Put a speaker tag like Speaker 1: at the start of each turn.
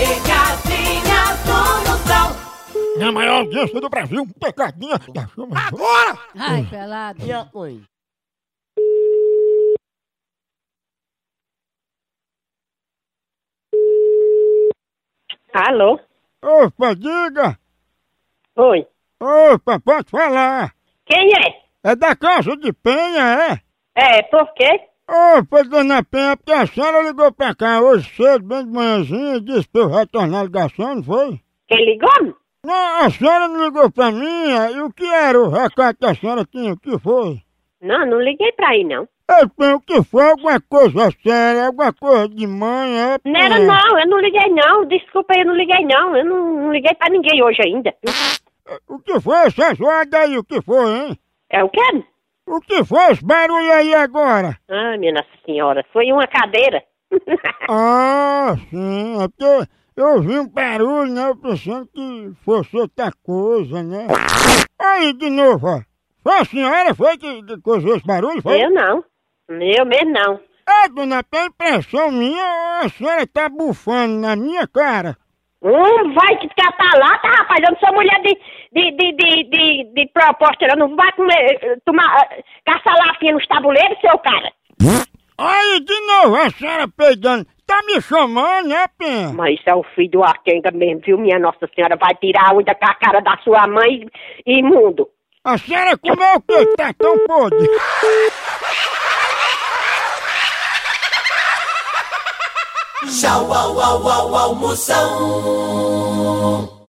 Speaker 1: Pegadinha do Moção.
Speaker 2: Na maior audiência do Brasil, um pecadinha da chama.
Speaker 3: Agora!
Speaker 4: Ai, pelado.
Speaker 5: Alô?
Speaker 2: Opa, diga!
Speaker 5: Oi.
Speaker 2: Opa, pode falar!
Speaker 5: Quem é?
Speaker 2: É da casa de Penha, é?
Speaker 5: É, por quê?
Speaker 2: Opa, dona Penha, porque a senhora ligou pra cá hoje cedo, bem de manhãzinha, e disse pra eu retornar a ligação, não foi?
Speaker 5: Quem ligou?
Speaker 2: Não, a senhora não ligou pra mim, é? e o que era o recado que a senhora tinha? O que foi?
Speaker 5: Não, não liguei pra aí, não.
Speaker 2: Eu Penha, o que foi? Alguma coisa séria, alguma coisa de mãe, é?
Speaker 5: Não era,
Speaker 2: Penha?
Speaker 5: não, eu não liguei, não. Desculpa, eu não liguei, não. Eu não, não liguei pra ninguém hoje ainda.
Speaker 2: O que foi essa zoada aí? O que foi, hein?
Speaker 5: É o quê?
Speaker 2: O que foi esse barulho aí agora?
Speaker 5: Ah, minha Nossa Senhora, foi uma cadeira.
Speaker 2: Ah, sim, é porque eu ouvi um barulho, né? Eu pensando que fosse outra coisa, né? Aí, de novo, ó. Foi a senhora foi que que causou esse barulho? Foi?
Speaker 5: eu não. Eu mesmo não.
Speaker 2: É, dona, tem impressão minha, ou a senhora tá bufando na minha cara.
Speaker 5: Um vai te catar lá, tá, rapaz? Eu não sou mulher de, de, de, de, de, de proposta, não. Não vai comer, eh, tomar, eh, caçar lafinha nos tabuleiros, seu cara.
Speaker 2: Aí, de novo, a senhora peidando. Tá me chamando, né, Penha?
Speaker 5: Mas isso é o filho do Arquenga mesmo, viu? Minha Nossa Senhora vai tirar a unha com a cara da sua mãe, imundo.
Speaker 2: A senhora comeu o que tá tão podre?
Speaker 1: Tchau, au, au, au, au, Moção.